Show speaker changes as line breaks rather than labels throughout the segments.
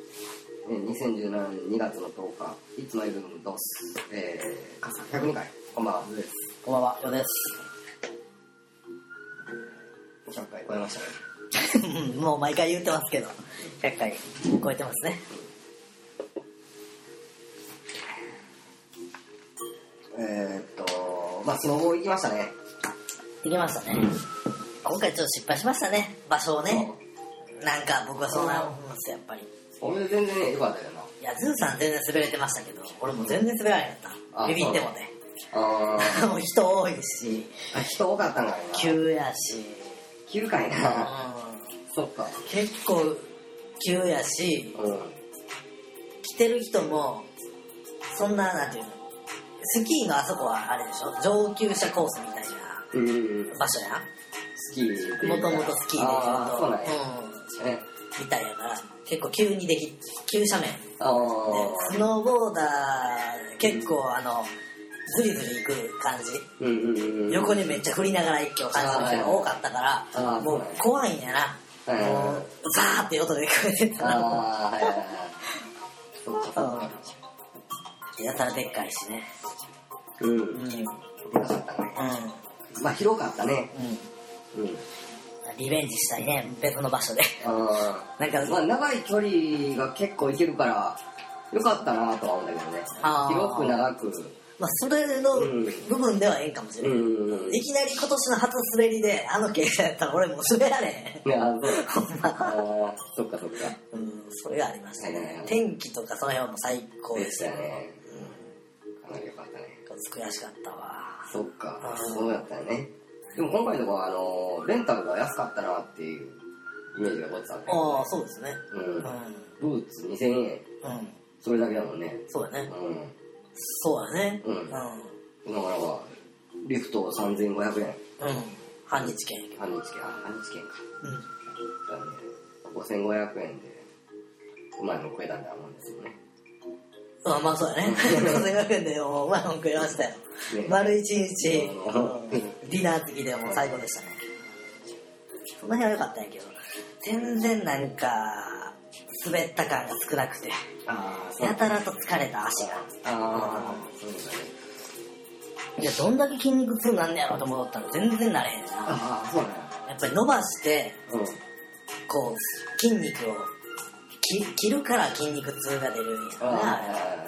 えー2017年2月の10日、いつまいるのドス、えー、カさん102回、こんばんは、ズです。
こんばんは、よです。
100回超えましたね。
もう毎回言ってます けど、100回超えてますね。
えー、っと、まあ、スノボ行きましたね。
できましたね。今回ちょっと失敗しましたね、場所をね。なんか僕はそんな思うんですよ、やっぱり。
俺全然ね、良かったよな。
いや、ズーさん全然滑れてましたけど、俺も全然滑られなかった。
あ
ビビってもね。
あ
もう人多いし、
ー、あ人多かったんかいな。
急やし、
9回
う
な。
ん、
そっか。
結構急やし、
うん。
来てる人も、そんな、なんていうの、スキーのあそこはあれでしょ上級者コースみたいな
うん。
場所やん。
スキーで行った
もともと好きで、
ああ、そうなんや。
う
ね。
ん、みたいやから、結構急にでき、急斜面。
あ
で、
あ
ス。ノーボーダー、結構あの、ずりずり行く感じ。
うんうんうん。
横にめっちゃ振りながら一挙感じる人が多かったか
あーは
ら、
い
もう怖いんやな。
あー
もう、ザーって音で聞こえて
あ
た
あ、
ら、
はいはいはい。 そっかそっか。
やたらでっかいしね。
うん。
うん。うん。
でかかったね。まあ、広かったね。
うん。
うん。
リベンジしたいね、別の 場所で。
あ
なんか
あ。、まあ、長い距離が結構いけるから、よかったなとは思うんだけどね
あ。ー
広く長く。
まあ、それの
うん
部分ではええんかもしれ
う
ない。
んうんうん。
いきなり今年の初滑りで、あの経験やったら俺もう滑られへん。
いや、そう。ああ、そっかそっか。
うん、それがありました
はい
ね
は。い
天気とかその辺も最高
で
で
し
したた
ね
ね。。
かなり良かったね。
悔しかったわ。
そっか、
うん
そうやったよね。でも今回のは、あの、レンタルが安かったなっていうイメージが持ってたんだ
ああ、そうですね。
うん
うん。うん。
ブーツ2000円、それだけだもんね。
そうだ
う
ね。
ん。
そうだね。
うん
うん。
だから、リフト3500円、
うん。半日券やけど。
半日券、あ、半日券か。
うん。
だね、5500円で、うまいの食えたんだもんですよね。
まあまあそうだね。5500円 でもううまいもん食いましたよ。
ね
丸一日、
うん
うんディナー付きでもう最高でしたね。その辺は良かったんやけど、全然なんか、滑った感が少なくて、
ああ、
やたらと疲れた足が。
ああ、そうだね。
いや、どんだけ筋肉痛なんねやろと思ったら全然なれへんな。や
ああ、そうなんや。
っぱり伸ばして、
うん。
こう、筋肉をき、切るから筋肉痛が出るんや
あ
な、あれは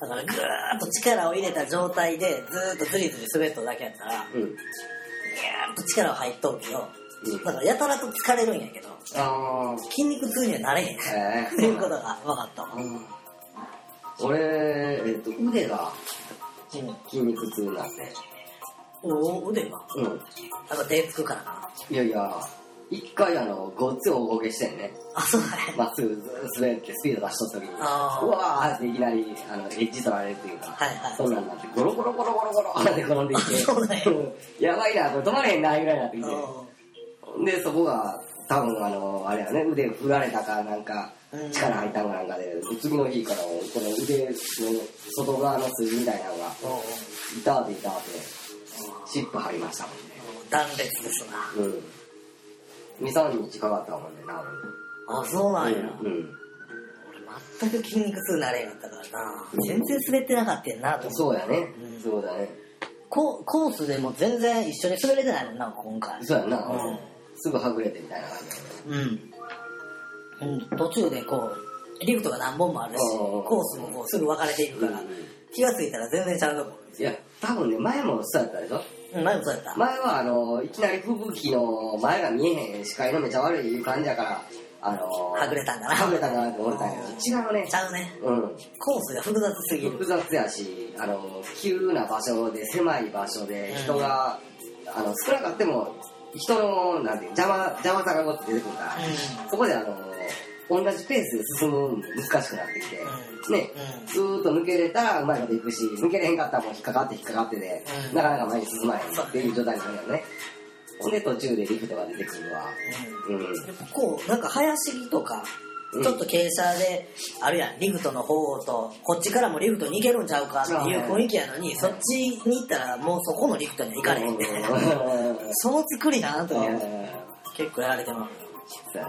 だからぐーっと力を入れた状態でずーっとずりずり滑っただけやったら、
あ、うん。
ギューっと力は入っとるけど
うん、
だからやたらと疲れるんやけど、
ああ、
筋肉痛にはなれへん。っ
ええ
ていうことが分かったわ。う
うん俺、えっと、腕が
ん。
筋肉痛なんで。
お腕が
うん。
やっぱ手つくからかな。
いやいや、一回あの、ごっつい大ごけしてんね。
あ、そうだね。
まっすぐずーっと滑ってスピード出しとった時に、う
あー
わーっていきなり、あの、エッジ取られるっていうか、
はいはい
そうなんだって、ゴロゴロゴロゴロゴロって転んでいって、
そうなんや
んやばいな、これ止まれへんな、ぐらいになってきて。
う
で、そこが、多分あの、あれやね、腕振られたかなんか
う、ん
力入ったかなんかで、次の日から、この腕の外側の筋みたいなのが、
ん。うん
痛ーで痛ーで、チップ貼りましたもん
断裂ですな。
ね。うん。2、3日かかったもんね、な
あ、そうなんや。
うん。うん
全く筋肉痛なれへんかったからな。全然滑ってなかったよな、と思って
そうやね
う。ん
そうだね。
ココースでも全然一緒に滑れてないもんな、今回。
そうやんな
うん。
すぐはぐれてみたいな感じだね。
うん、うん、途中でこうリフトが何本もあるし
うんうんうん
コースもこうすぐ分かれていくから、
うんうん
気がついたら全然ちゃうとこ
いや、多分ね、前もそうやったでしょ
うん前もそうやった、
前はあのいきなり吹雪の前が見えへん視界のめちゃ悪いいう感じやからあの
はぐれたんかな
はぐれたんかなって思ったんやけど違うね
ちゃうね
うん
コースが複雑すぎる
複雑やしあの急な場所で狭い場所で人が、あの少なかっても人のなんていう邪魔邪魔さがこうやって出てくるから、
う
そこであの同じペースで進むのも難しくなってきて、
う
ね
うん
ずーっと抜けれたらうまいこといくし抜けれへんかったらもう引っかかって引っかかってで、
うん
なかなか前に進まへんっていう状態になるよねほんで途中でリフトが出てくるわうんうん
うん、やっぱこうなんか早すぎとか
うん
ちょっと傾斜であるやんリフトの方とこっちからもリフトに行けるんちゃうかっていう雰囲気やのにそっちに行ったらもうそこのリフトには行かれへんねその作りなんと
そう
いう
や
結構やられてます
ね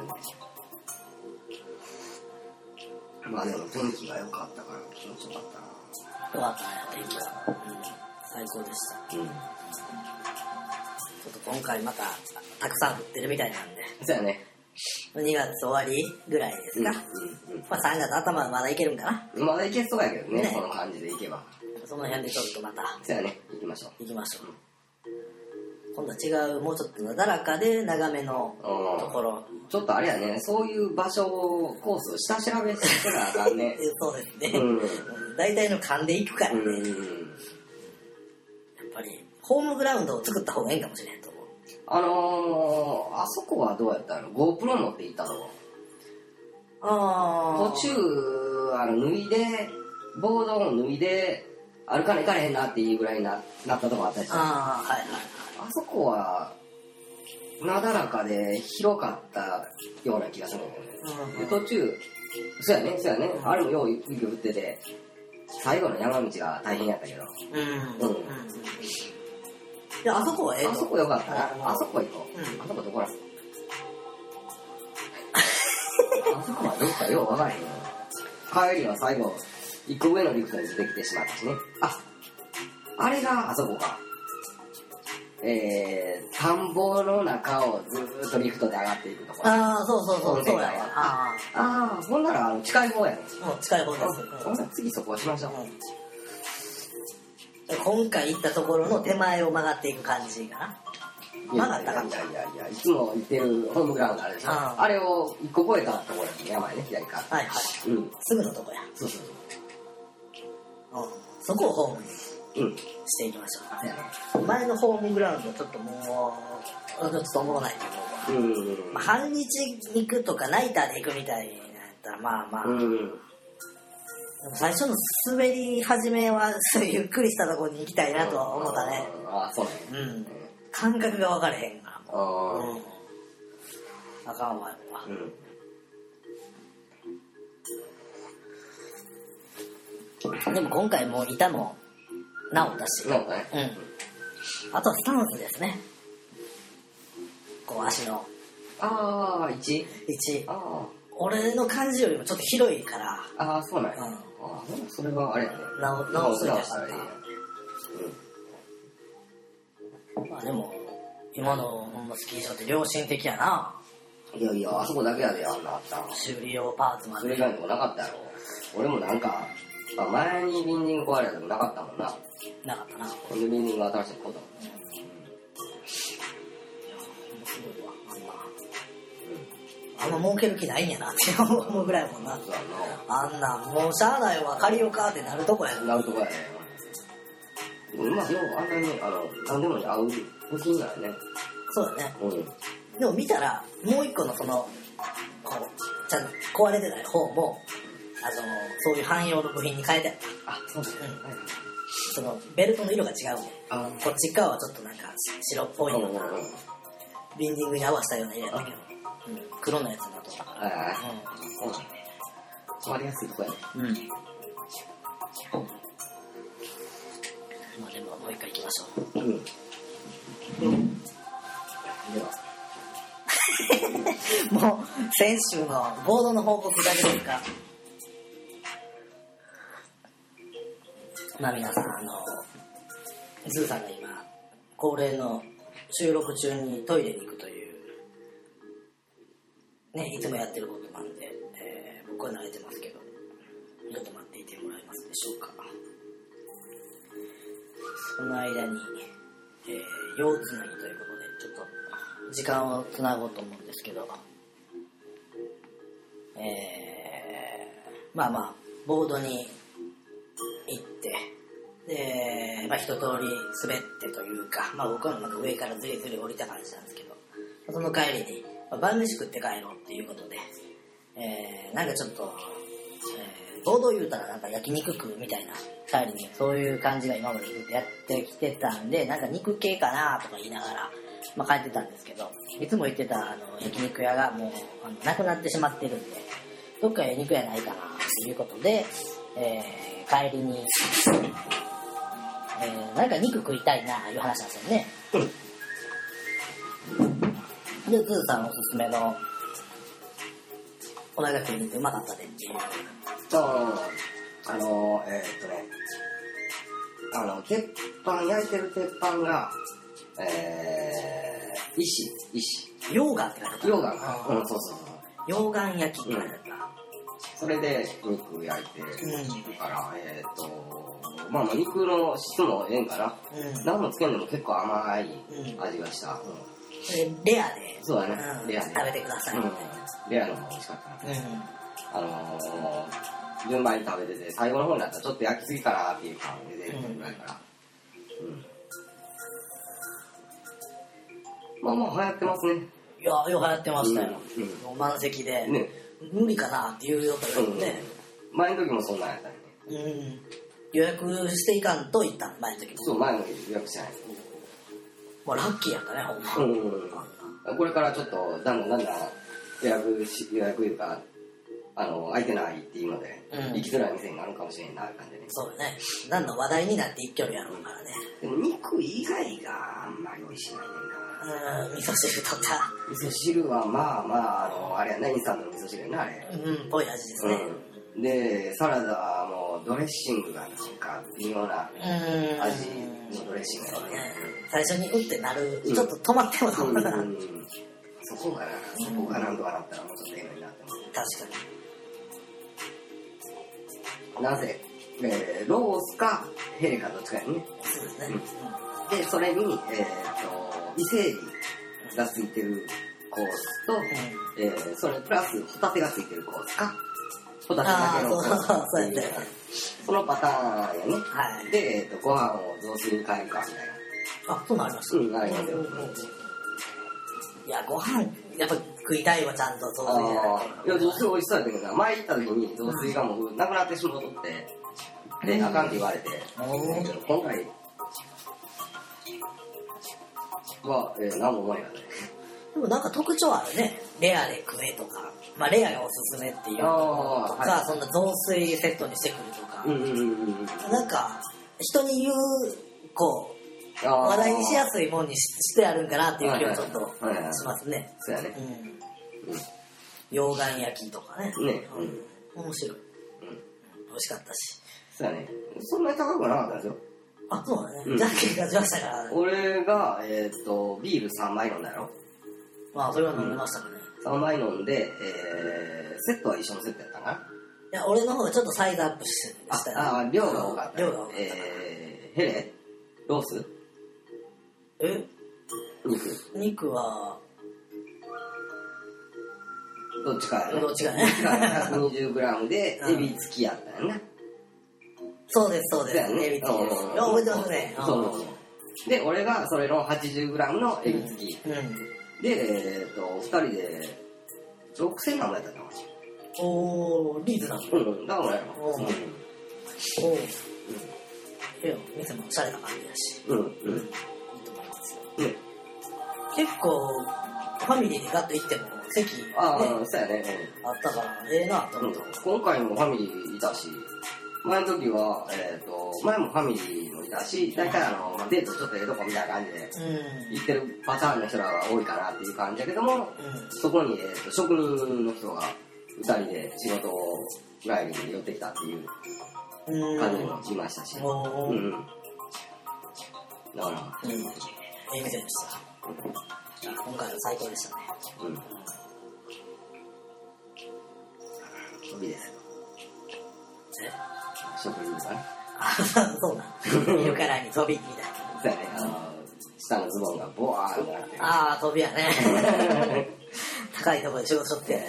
まあでも天気が良かったから気持ちよかったな
よかったね、天気は。うん、最高でした。
うん
ちょっと今回また、たくさん降ってるみたいなんで、
そうやね
2月終わりぐらいですか。
うんうん
まあ3月頭はまだいけるんかな。
うんまだいけそうやけどね
ね
この感じでいけば
その辺でちょっとまた
そうやね行きましょ
行きましょう。今度は違う、もうちょっとなだらかで長めの
ううん
ところ。
ちょっとあれやねそういう場所をコースを下調べしてからあかんね
そうで す
う
ね。
ん
大体の勘で行くから、やっ
うん
ぱり、ホームグラウンドを作った方がいいかもしれんと思う。
あのー、あそこはどうやったの GoPro 持って行ったの
ああ。
途中あの脱いでボードを脱いで歩かないかれへんなっていうぐらいにななったとこあったじゃんあ
ああ、はいはいはい。
そこはなだらかで広かったような気がするんだよね
うん
で途中そうやねそうやねあれもよう雪降ってて最後の山道が大変やったけど
う
う
ん。うんん。で、あそこはええと
あそこよかったな
あ
あそこ行こう、
うん
あそこど こらあそこはどっかようわからへんよ帰りは最後一個上の陸トに出てきてしまったしねああれがあそこかえー、田んぼの中をずーっとリフトで上がっていくとこあ
ああ、そうそうそう、そうやわ。あ
あーほんならあの近い方やね
あ、もう近い方で
あ
す。
ほんなら次そこをしましょう
うん今回行ったところの手前を曲がっていく感じかな。
いや
まだ
い
高
や
い
いやいやいやいつも行ってるホームグラウンドあるでしょ
あ
あ
あ
れを一個越えたところに山ね左から
はいはい。
うん
すぐのとこや。
そうそう
うん。そこをホームに
そううん
していきましょう。前のホームグラウンド、ちょっともう、ちょっとおもろないと思うわ。
うん
まあ、半日行くとか、ナイターで行くみたいなやったら、まあまあ、
うん
でも最初の滑り始めは、ゆっくりしたところに行きたいなとは思ったね。
ああそうね
うん。感覚が分かれへんから、も
ああ
う。うん。あかんわ、やっぱ。
うん
でも今回もう板も治ったし、
なんかね
うん。あとはスタンスですね。こう足の
ああ1
位置。
あ
俺の感じよりもちょっと広いから、
あああそうなんや
うん
ああそれはあれやね
直直すん
直
だ
し
したた
らいいや
まあでも、今のほんまスキー場って良心的や
う
な。
んいやいやあそこだけやであんなあったん
修理用パーツま
そ
で。
れ以外のとこなかったやろ俺もなんかまあ前にビンディング壊れたとこなかったもんな
なかったな。
ほんでビンディング新しいの買うたもん
すごいわ、あんな。あんま儲ける気ないんやなって思うぐらいもんな。
そうやな
あんなん、もうしゃあないわ、借りようかってなるとこやな。
なるとこやね。まあ、でもあんなに、あの、何でもに合う部品だよね。
そうだね。
うん。
でも見たら、もう一個のその、こう、ちゃんと壊れてない方も、あの、そういう汎用の部品に変えてあった、
あ、そうだね。
その、ベルトの色が違うんで、
あ
こっち側はちょっとなんか白っぽい
うん
よ
う
うん
うん。
な、ビンディングに合わせたような色やったけど、うん、黒のやつだと思ったか
はいはい。
ら。
そうだね。止まりやすいとこやね。
うん。うん。まあでも、もう一回行きましょう。
うん。うん。では、
もう、先週のボードの報告だけですか。まあ皆さん、あの、ズーさんが今、恒例の収録中にトイレに行くという、ね、いつもやってることなんで、えー僕は慣れてますけど、ちょっと待っていてもらえますでしょうか。その間に、えー、用つなぎということで、ちょっと、時間をつなごうと思うんですけど、えー、まあまあ、ボードに行って、で、まあ一通り滑ってというか、まあ僕はなんか上からずりずり降りた感じなんですけど、その帰りに、まあ、晩飯食って帰ろうっていうことで、えー、なんかちょっと、えー、ボード言うたらなんか焼肉食うみたいな、帰りに、そういう感じが今までずっとやってきてたんで、なんか肉系かなとか言いながら、まあ帰ってたんですけど、いつも行ってたあの焼肉屋がもうあのなくなってしまってるんで、どっか焼肉屋ないかなっていうことで、えー、帰りに、えー、なんか肉食いたいなという話なんですよね。で、ズーさんおすすめのお腹食いに行ってうまかったでっていう
と、あの、えーっとね、あの、鉄板、焼いてる鉄板が、えー、石、石、
溶岩って書いてあった。
溶岩か。
う
うんん、そうそうそう。
溶岩焼きって書いてあった。
それで肉焼いてるから、えーっと、まあまあ肉の質もええんかな。
うん
何もつけんでも結構甘い
うん
味がした。うん
でレアで、
そうだね
ん、
レアで
食べてくださいみたい
うん、レアのも美味しかったな。
な。
あのー、順番に食べてて、最後の方になったらちょっと焼きすぎかなっていう感じで、
うん
ぐらいから。うん。まあまあ流行ってますね。
うん。いや、よく流行ってましたよ。
うんうん
もう満席で、
ね。
無理かなっていうようだった
うん。
ね、
前の時もそんなんやったね。
うん。予約していかんといったん、前の時も。
そう、前の時よくじゃない。
もうラッキーやったね、ほんま。
うんうんうん。これからちょっと、だんだんだんだん予約し、予約いうか、あの、空いてないっていうので、
うん
行きづらい店になるかもしれんない感じでね。
そうだね。何の話題になっていっきょるやろうからね。
でも肉以外があんまり美味しくないねんな。
うん、味噌汁とか、
味噌汁はまあまあ、あの、あれやな、インスタントの味噌汁やな、あれ。
うん、ぽい味ですね。
うん。で、サラダもドレッシングがなんか微妙な
うん。
味のドレッシング
そう
や
ね
ね。。
最初にうってなる、
うん
ちょっと止まっても
う
止
ん
まらない。
そこがな、そこがなんとかなったらもうちょっとええのになって思う。
確か
なぜ、えーロースかヘレかどっちかやね。
に。そうですね。
うん
うん
で、それに、えっ、と、伊勢エビがついてるコースと、えーそれプラスホタテがついてるコースか。ホタテだけのコース
あーそうそうそうやった
そのパターンやね。
はい。
で、えっ、と、ご飯を雑炊に変えるかみたいな。
あ、そうなりました。
うん、なるほど。
いや、ご飯、やっぱ食いたいわ、ちゃんと、そう
あ
そうじゃない
ーいや、雑炊美味しそうやったけどな、前行った時に雑炊がもうなくなってしまうとって、で、あかんって言われて、
うん
今回は、えー、何も思えなかったね。
でもなんか特徴あるね。レアで食えとか、まあレアがおすすめっていうとか、
あーはい
そんな雑炊セットにしてくるとか、
うんうんうんうんうん。
なんか人に言う、こ
あー
う、話題にしやすいもんにししてやるんかなっていう気はちょっと
はいはいはい
しますね。
そうやね。
うん
うん。
溶岩焼きとかね。
ね
うん。面白い。
うん。
美味しかったし。
そうやね。そんなに高くはなかったですよ。
あ、そうだね。
うん
じゃんけん勝ちましたから、
俺が、えーっと、ビール3枚飲んだよ。
まあそれは飲んでましたからね。
3枚飲んで、えー、セットは一緒のセットやったかない
や、俺の方がちょっとサイズアップし
あ
したよ、
あー量が多かった。
量が多かった。
えー、ヘレロース
え
肉
肉は、
どっちかやね。
どっちかやね
どっちかやな 120g で、
うん
エビ付きやったよな。
そうです、そうです。
やね
エビチリです。
うん
いや覚えてますね。
そうそうそうで、俺がそれの 80g のエビ付き。
うん。
で、えーっと、2人で、6000何もやったかな。
おー、リーズナブル。
うん、だから
うん
俺
おー。ええよ、店もおしゃれな感じだし。
うん、うん、うん。ね、
いいと思いますよ。結構、ファミリーにガッと行っても、席、ね、
ああ、
あ
そうやね。
ったから、ええなと
う
思
ん
って。
今回もファミリーいたし、前の時は、えっ、と、前もファミリーもいたし、大体あの、まあデートちょっとええとこみたいな感じで、
うん。
行ってるパターンの人らが多いかなっていう感じだけども、
うん。
そこに、えー、と職人の人が二人で仕事を帰りに寄ってきたっていう
うん。
感じもいましたし、う
おー。
ん。だか
うん。ええ店でした。今回は最高でしたね。
ら、うん。いいですよ。
え
職人さん。
あそうなん。いるからに飛び、み
そ
たいな。
うやね、あの、下のズボンがボワーンってなってる。
ああ、飛びやね。高いところで仕事しとって、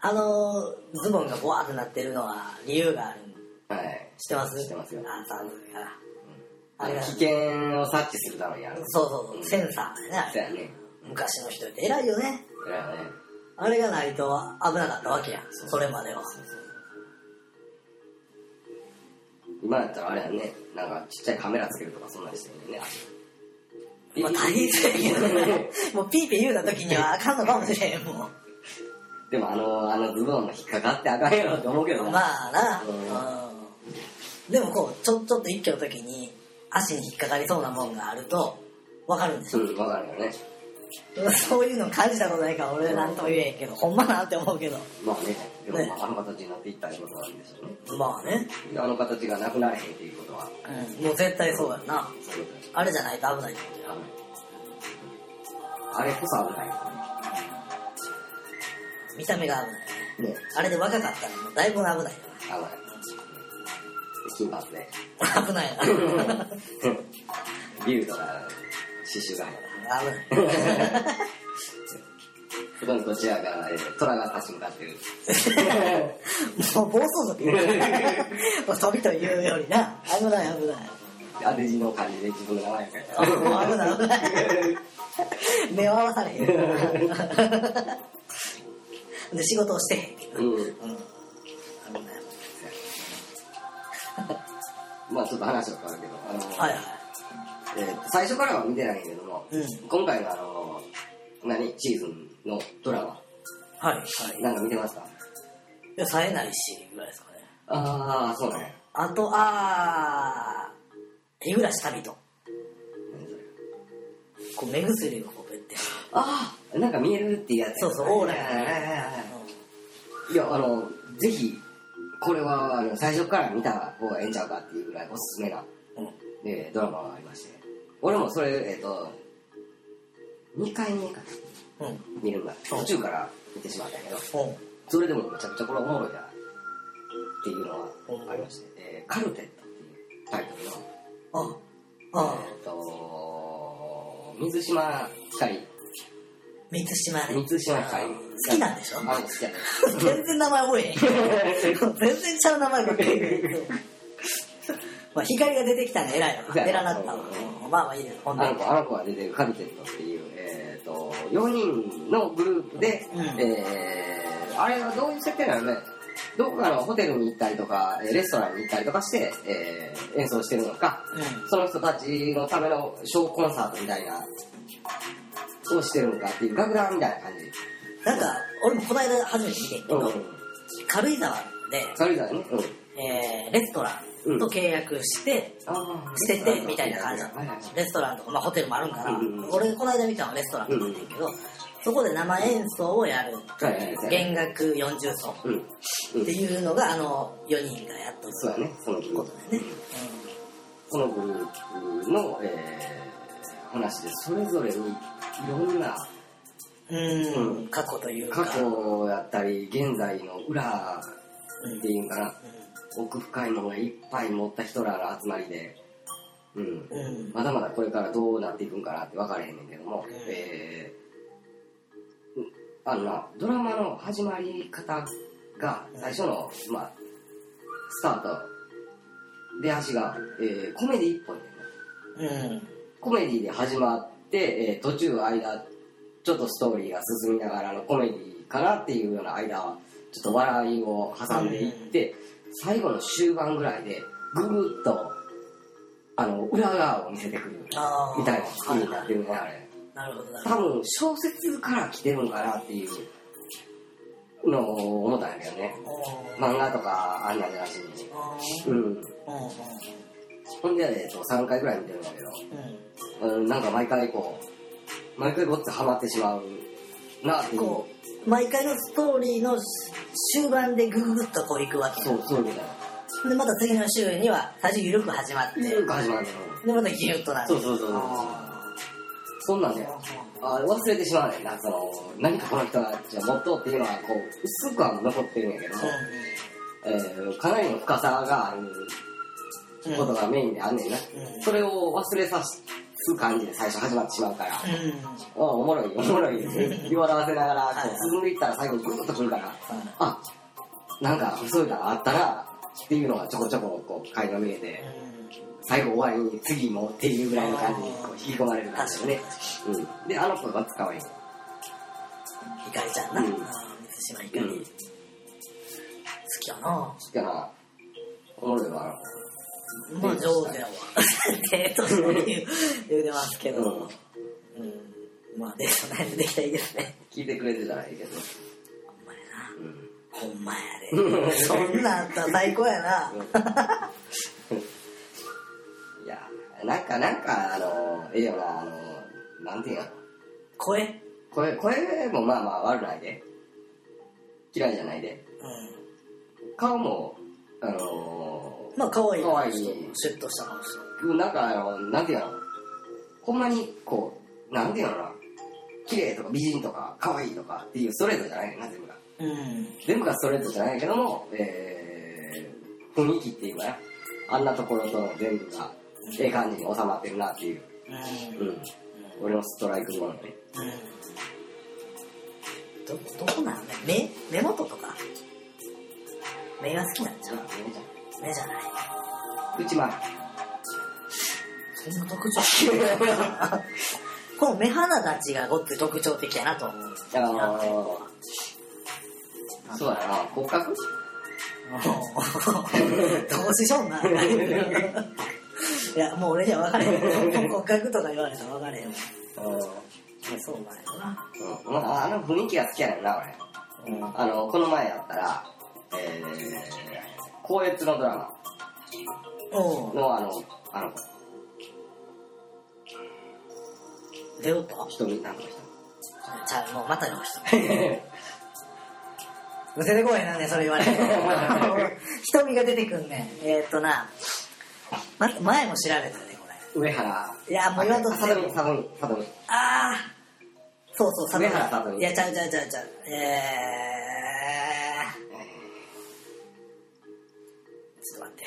あのーズボンがボワーってなってるのは理由がある
はい。
知ってます
知ってますよ
あーそうからあ
あ
れ
れ
が
危
そう
険を察知するためにある。
そうそうセンサーや
そう
ね
やね。
昔の人って偉いよね
それはね。
あれがないと危なかったわけや
そう
それまでは
今やったらあれやね、なんかちっちゃいカメラつけるとかそんなんしてるね。
まあ大変やけどねもうピーピー言うた時にはあかんのかもしれんも
でもあの、あのズボンが引っかかってあかんやろって思うけ
う
どな。
まあな、うん、でもこうちょちょっと一挙の時に足に引っかかりそうなもんがあるとわかるんです
う
よ
ん、わかるよね。
そういうの感じたことないから俺なんとも言えへんけど、ほんまなって思うけど。
まあね、でも
ね
まああの形になっていったいうことなんでしょうね。
まあね。
あの形がなくなれへんっていうことは、
うん、もう絶対そうやな。
そういうことです。
あれじゃないと危ないってことや。
あれこそ危ないよ
見た目が危ない。
ね。ね、
あれで若かったらもうだいぶ危ない
危ない。金髪で、
な。危ない な。
ビルドが刺繍が入った。
危ない。
そこにどちらが、えー虎が立ち向かってる。
もう暴走族 やもう飛びというよりな。危ない危ない。
当て字の感じで自分の名前書いて
もう危ない危ない。 目を合わされへん。で、仕事をしてへんけど。
うん。
うん。危ない。
まあちょっと話は変わるけど、あの、
はいはい。
えー最初からは見てないけども、
うん
今回のあの、何シーズンのドラマ、
はいはい。
なんか見てました
いや、冴えないし、ぐらいですかね。
ああ、そうなんや。
あと、あー、日暮
何
旅人。
それ
こう、目薬をこう、ペって。
ああ、なんか見えるっていうやつ。
そうそう、オーラ
はいはいはい
が
は
ね。
いいや、あの、ぜひ、これは、あの、最初から見た方がええんちゃうかっていうぐらいおすすめな、
うん。
えードラマがありまして。俺もそれ、えっ、と、2回目かな
うん。うん。
見るんだ。途中から見てしまったけど、
うん。
それでもめちゃくちゃこれおもろいなっていうのがありまして、えーカルテットっていうタイトルの、
あ、あ、
えっ、と、水島ひかり。
三島ね。
三島ひかり。
好きなんでしょ
あ、好きやね。
全然名前覚 えへん。全然ちゃう名前ばっかり言う。まあ、光が出てきたの偉いわ。偉なったわ。うんまあまあいいです、ほん
あ
な
の
ら。
子、あの子が出てるカルテットっていう、えー、と4人のグループで、
うん
えーあれはどういう設定なのねどこかのホテルに行ったりとかえーレストランに行ったりとかして、えー演奏してるのか
う
その人たちのためのショーコンサートみたいなをしてるのかっていう楽団みたいな感じ
ん。なんか、俺もこの間初めて見てんけ
うん
ど、軽井沢で、
それじゃねうん
えーレストランと契約して、
あー
しててみたいな感じだった
はいはいはい
レストランとか、まあ、ホテルもあるんかな、
うんうん
俺この間見たのはレストランだったんやけど、そこで生演奏をやるって
はいいうはい
弦楽40奏
うんう
って
ん
いうのがあの4人がやっと
そうだねその
ことだよね、
このグループの、えー話でそれぞれにいろんな
うん、うん過去というか
過去やったり現在の裏っていうんかな奥深いものがいっぱい持った人らの集まりで、うん、
うん、うん
まだまだこれからどうなっていくんかなって分からへんねんけども
うん、
えーうんあのなドラマの始まり方が最初の、まあ、スタート出足が、えーコメディっぽいねんな
うん
コメディで始まって、えー途中間ちょっとストーリーが進みながらのコメディかなっていうような間はちょっと笑いを挟んでいって、最後の終盤ぐらいでぐるっとあの裏側を見せてくる
あー
みたいな作りになってるねあれ
なるほどなるほ
多分小説から来てるんかなっていうのを思ったんやけどね
どおー
漫画とかあんなんじゃなしに
あー
うん
うんうん
ほんで、えっと3回ぐらい見てるんだけど
うん
うん、なんか毎回こう、毎回ごっつハマってしまうなっていう。
こう毎回のストーリーの終盤でグググッとこういくわけ
そう、そうみたいな。
でまた次の週には最初緩く始まって、
うん、始まるの。
でまたギュッとなる
そうそうそうそう
あ
そんなんで、
ー
あ忘れてしまうねんな、その、何かこの人は、じゃあもっとっていうのは、こう、薄くは残ってるんやけども、えーかなりの深さがある
うん
ことがメインであんねんな。
うん
それを忘れさす感じで最初始まってしまうから、あ
うん
おもろい、おもろい、言わせながら、こう進んでいったら最後グーッとくるから、あなんかそういうのがあったらっていうのがちょこちょここう会話見えて最後終わりに次もっていうぐらいの感じにこう引き込まれる感じだね、うん、であの子が可愛い
ひかりちゃんな、
うん
あー満島ひかり、
うん
好きやな
だからおもろいわあの
まあ上手やわデートして言う言うてますけど、
うん
うんまあデートなんてできたらいいですね
子聞いてくれるじゃないけど、
ほんまや
うん
なほんまやで そんなんあったら最高やな、
いやなんかなんかあのええよなあのなんていうんやろ
声
声、声もまあまあ悪ないで。嫌いじゃないで。
う
顔も、あの
ん。まあ、可愛い。
可愛い
シュッとした顔して。
ー、なんかあの、なんていうのほんまに、こう、なんていうのかな。綺麗とか美人とか可愛いとかっていうストレートじゃないねんな、全部が。
うん。
全部がストレートじゃないけども、えー、雰囲気っていうかな。あんなところと全部が、ええ感じに収まってるなっていう。
うん。
うん。俺のストライクゾーンね。
うんど、どこなのね目目元とか目が好きなんちゃう目じゃない。
口ま
そんな特徴 この目鼻立ちがごっつい特徴的やなと思うんです
あ
よ。
のー、そうだな、骨格
どうしようもない。いや、もう俺には分かれへん。骨格とか言われたら分かれへんわ。
う
そうなんやろな。
ん。まあ、あの雰囲気が好きやねんな、俺。
うん。あ
あの、この前やったら、えー、光悦のドラマのあの、あの子、
出よった
人見たの人。
じゃあ、もうまたの人。出てこいなんでそれ言われて瞳が出てくんねんえーっとな、ま、前も調べたねこ
上原。
れいやもう言わんと
さとみ、さとみ、さとみ。
ああそうそう
上原さとみ
いやちゃうちゃうちゃうちゃうえーちょっと待って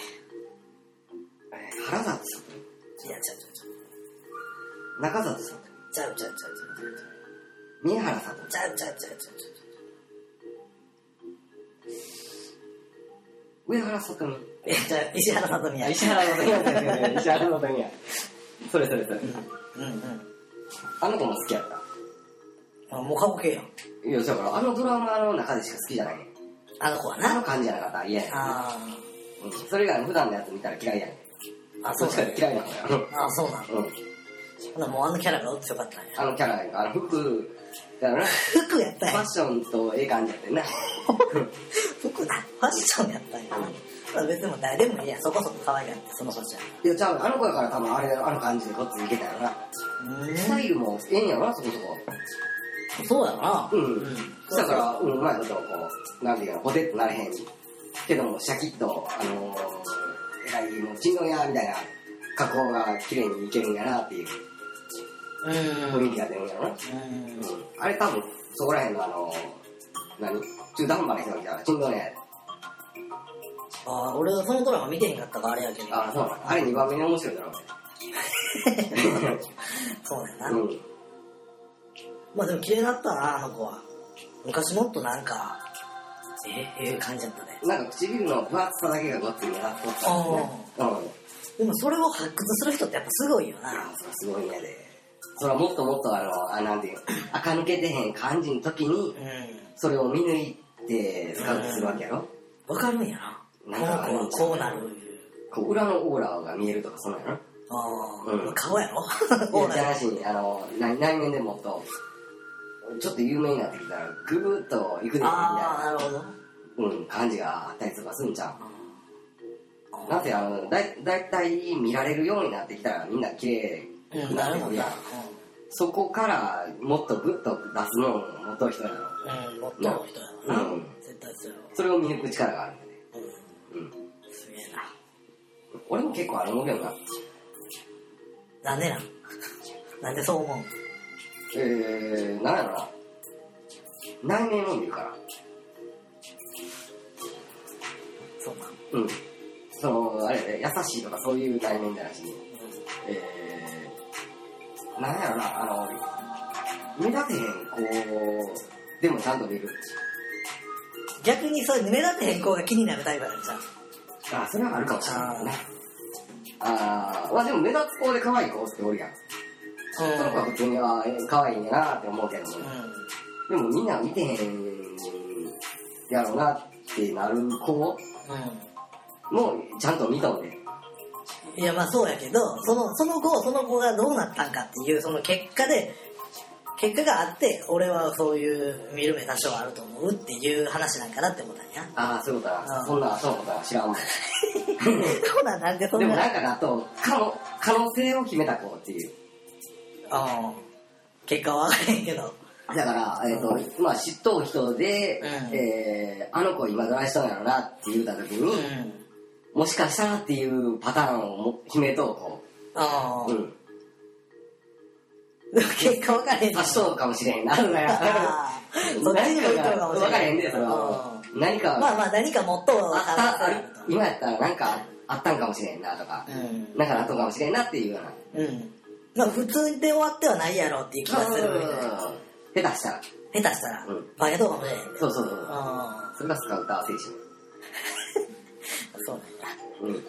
原里さ
いやちゃうちゃうち
と中里さと
ゃうちゃうちゃう
み。宮原さとみ。
ちゃうちゃうちゃうちゃうちゃうちゃうちゃうちゃう
上原さとみ。
いやちゃう石原さとみや
石原さとみや。石原さとみや。それそれそれ。
うんうん
あの子も好きやった。
あもう顔系やん
いや、だからあのドラマの中でしか好きじゃないねん。
あの子は
あの
な
感じじゃなかったら嫌やねん
あ
うんそれが普段のやつ見たら嫌いやねん。
ああ
そ
そ
っ
う
ち
な
か
ん
ら
や
嫌いなのよ。
あそうなん
うん。
ほなもうあのキャラがおってよかったんや
あのキャラやんか、あの服、だからな、フ
服やったん
ァ
や
ッションとええ感じやってんな。
服なファッションやったんやまあ別にもう誰でもいいやそこそこ可愛いやってその子じゃ
いや、ちゃう、あの子やから多分あれ、あの感じでこっちにいけたよな。スタイルもええんやろな、そこそこ。
そうやろな
うん
そう
だ
や
から、うん、うまいことこう、なんていうの、ほてっとなれへん。けども、シャキッと、あのー、えらい、もう、チンドン屋みたいな加工が綺麗にいけるんやなっていう
うんう
雰
ん
囲気が出るんやろな。うんあれ多分、そこら辺のあの、何中途半端な人みたいな、ちんどね、
ああ俺はそのドラマ見てへんかったからあれやけど
あ、そうなんあれ2番目に面白い だろ、
そうやな
俺。うん。
まあでも綺麗だったなあの子は昔もっとなんかええええ感じだったね
なんか唇の分厚さだけがごっついな、とったんですね。うん。
でもそれを発掘する人ってやっぱすごいよ
あ
な
あ、それすごいんやで。それはもっともっとあの、あなんていうの、垢抜けてへん感じの時に
う、ん
それを見抜いてスカウトするわけやろ。
わかるんやなこの
な
子
んかあるん
はこうなる
こう裏のオーラが見えるとかそうなんやろ。
ああ、
うん
顔やろ
いやじゃなしに、あの、内内面でもっと、ちょっと有名になってきたら、ぐぐっといくでしょみたいな
ああ。なるほど
うん、感じがあったりとかするんちゃうなんてあのだいだいたい見られるようになってきたらみんな綺麗
う
に
ん
な
な
っ
る
てく
ほど
るやん、そこからもっとグッと出すのを持っとる人やろ
うんもっとの人やろな、
うん
絶対そうやろ
それを見抜く力があるんだね
うん
うん
すげえな
俺も結構あれ思うけどな
なんでなん なんでそう思う
えー、なんやろな内面を見るから
そうなん、うん、
うんそのあれやで優しいとかそういう内面じゃなしにえー、なんやろな、あの、目立てへん、こう、でもちゃんと出る。
逆にそういう目立て変更が気になるタイプなんじゃん
あ、それはあるかもしれないね。あー、まあでも目立つ子で可愛い子っておるやん。その子は普通に、あー、え可愛いんやなって思うけども、
う
でもみんな見てへんやろうなってなる子も、
ん
ちゃんと見とんで。
うんいやまあそうやけどそのその後その子がどうなったんかっていうその結果で結果があって俺はそういう見る目多少あると思うっていう話なんかなって思ったんや
あー、そういうことだ
う
な。
ん
そんな、そういうことは知らんもん。
ほななんでそ
で
ん
も
な
なんかだと、可能、可能性を決めた子っていう。
ああ結果は分からへんけど。
だから、えっ、と、まあ、知っとう人で、
うん
えーあの子今どないしたんやろなって言うた時に、
うん。
もしかしたらっていうパターンをも秘めとうこ
ああ
う。う。ん。
でも結果分からへん。
差しとうかもしれへん な。何 か
あーそっちに置いとるかもしれ
分からへんで、それは。何か、
まあまあ何かもっと
あ
分
っ
から
たあ
せ
る
ると。
今やったらなんかあったんかもしれんなとか、
う
なんかあったんかもしれんなっていうような。
ん。うん。まあ普通で終わってはないやろっていう気がするみたいな。
うん下手したら。
下手したら
うん、
バケとかもしれへんで。
そうそうそう。
あ
それがスカウター精
あ、そうなんや。
神。うん。い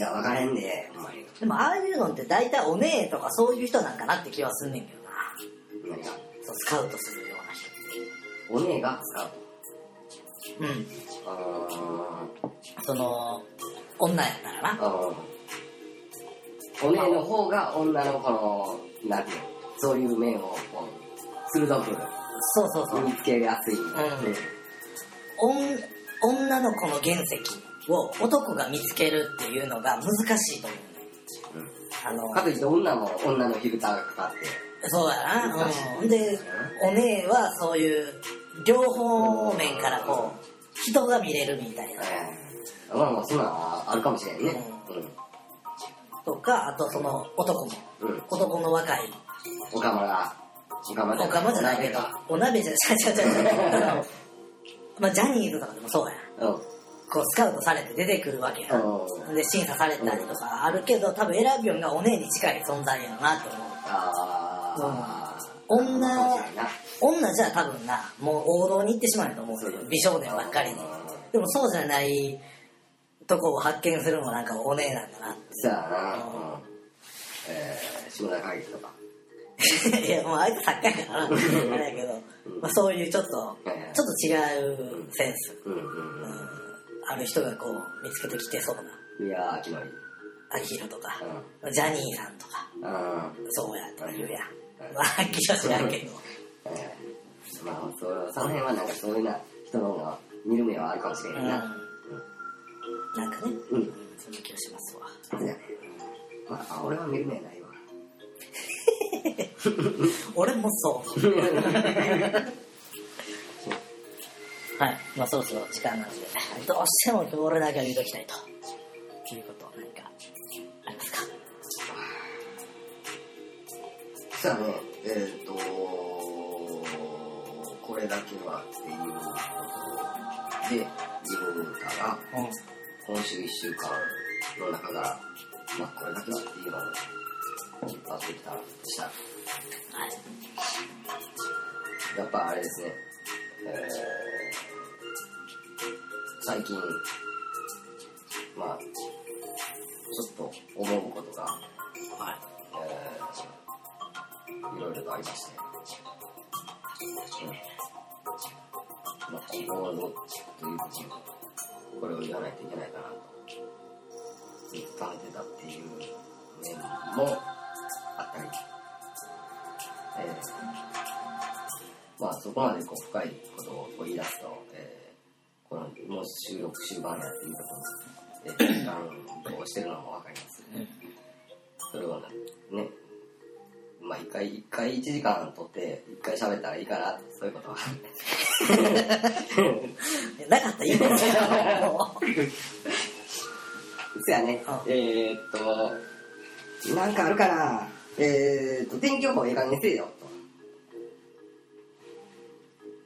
や、分からへんで、ほんまに。
でもああいうのって大体お姉とかそういう人なんかなって気はすんねんけどな。
何が。
そう、スカウトするような人。
お姉が使う。
うん。
あ
その、女やから
ー
な。
あーお姉の方が女の子の、なんていうのそういう面を、こう、鋭く
そうそうそう
身。につけやすい。うん
おん女の子の原石を男が見つけるっていうのが難しいと思うね。あの
ん。かといって女も女のフィルターがかかって。
そうやな
難しい。
うん、で、お姉はそういう、両方面からこう、人が見れるみたいな。
うんまあまあ、そんなんはあるかもしれんね。
とか、あとその男も、
うん。うん。
男の若い、
おかまが、おかま
おかまじゃないけど、お鍋じゃ、ちゃちゃちゃちゃ。まあ、ジャニーズとかでもそうやん。
うん。
こう、スカウトされて出てくるわけやん。
うん
で審査されたりとかあるけど多分選びよんがお姉に近い存在やろなと思う
あー。
女
そうじゃないな
女じゃ多分なもう王道に行ってしまうんやと思うん
そう
です
だ
よ
ね
美少年ばっかりにでもそうじゃないとこを発見するのもなんかお姉なんだな
そうやな。うん。えー、下田会議とか。
いやもうあいつ作家やからなあれやけど、まあ、そういうちょっと
うん
ちょっと違うセンス、
うんうん
うんある人がこう見つけてきてそうな
うん。いやー、決まり。
アキヒロとか、ジャニーさんとか
うん。うん。
そうやとか言うやん
うん
まあはっきりは知らんけど
えーまあ、そうその辺はなんかそういうな人の方が見る目はあるかもしれ
うん
んな。
なんかね、
うん。
そんな気がしますわ。
そうやねまあ、俺は見る目ないわ。
俺もそう。 はい、まあそろそろ時間なので、どうしても今日俺だけは見ときたいと。いうこと、何か、ありますか
じゃあね、えっ、ー、とこれだけはっていうことで、自分から
うん。
今週1週間の中から、まあこれだけはっていうのを引っ張ってきたとしたら、
はい。
やっぱあれですね、えー、最近、まあちょっと思うことが、
はい。
えー、いろいろとありまして、うんまあ、今後はどうという時にこれを言わないといけないかなと考えてたっていう面もあったり、えーまあそこまでこう深いことをこう言い出すと、えーこのもう収録終盤やっていうことで時間をしてるのもわかります。それはね、ねまあ一回、一回一時間取って、一回喋ったらいいかな、そういうことは。
えなかったら言うことじゃんもう
そやね
あ、
えー、っと、なんかあるかな、えー、っと、天気予報ええ加減にせえよ、と。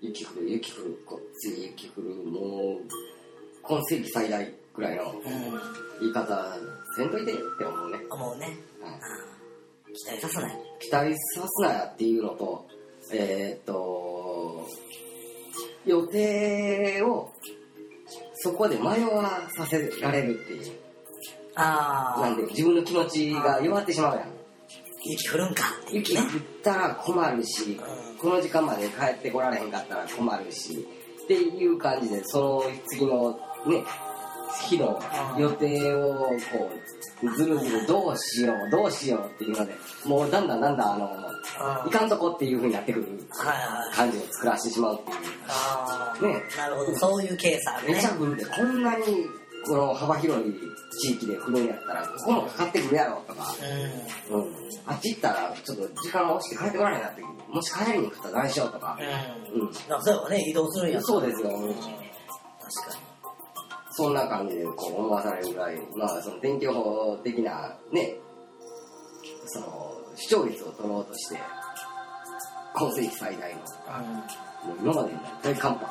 雪降る、雪降る、こっち雪降る、もう、今世紀最大ぐらいの言い方せんといてって思うね。
うん。もうね、
はい
うん期待させない。
期待さすなやっていうのと、えーっと、予定をそこで迷わさせられるっていう。
あ
なん
あ
で、自分の気持ちが弱ってしまうやん。
雪降るんかっていう
雪降
ね
っ。たら困るし、この時間まで帰ってこられへんかったら困るし、っていう感じで、その次のね、日の予定をこう、ずるずるどうしよう、どうしようっていうので、もうだんだんだんだんあの、
うん
いかんとこっていう風になってくる
はいはい。
感じを作らせてしまうってい
あ
う。ね
あ。なるほど、そういうケースあ
え、
る
め
ね
ちゃ。くんってこんなにその幅広い地域で振るんやったら、ここのかかってくるやろとか、うん、あっち行ったら、ちょっと時間落ちて帰ってこられへんなって、もし帰りに行くと何しようとか、
うん。うん。なんかそうやね、移動するんや
そうですよ
うん確か
そんな感じでこう思わされるぐらい、まあ、その天気予報的なね、その視聴率を取ろうとして、今世紀最大の、
に。うん。
もう今までにない大寒波、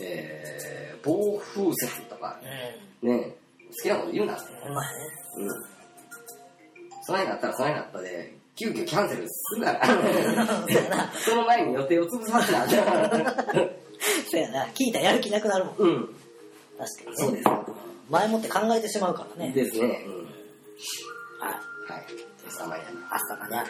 えー、暴風雪とか、ね、好きなこと言うなって。
うん。まあね。
うん。そないなったらそないなったで、急遽キャンセルするなら、 その前に予定を潰させなあかん
そうやな、聞いたらやる気なくなるもん。
うん。
確かに。
そうです。
前もって考えてしまうからね。
ですね。うん。
はい。
はい。スタマイヤー
朝かな。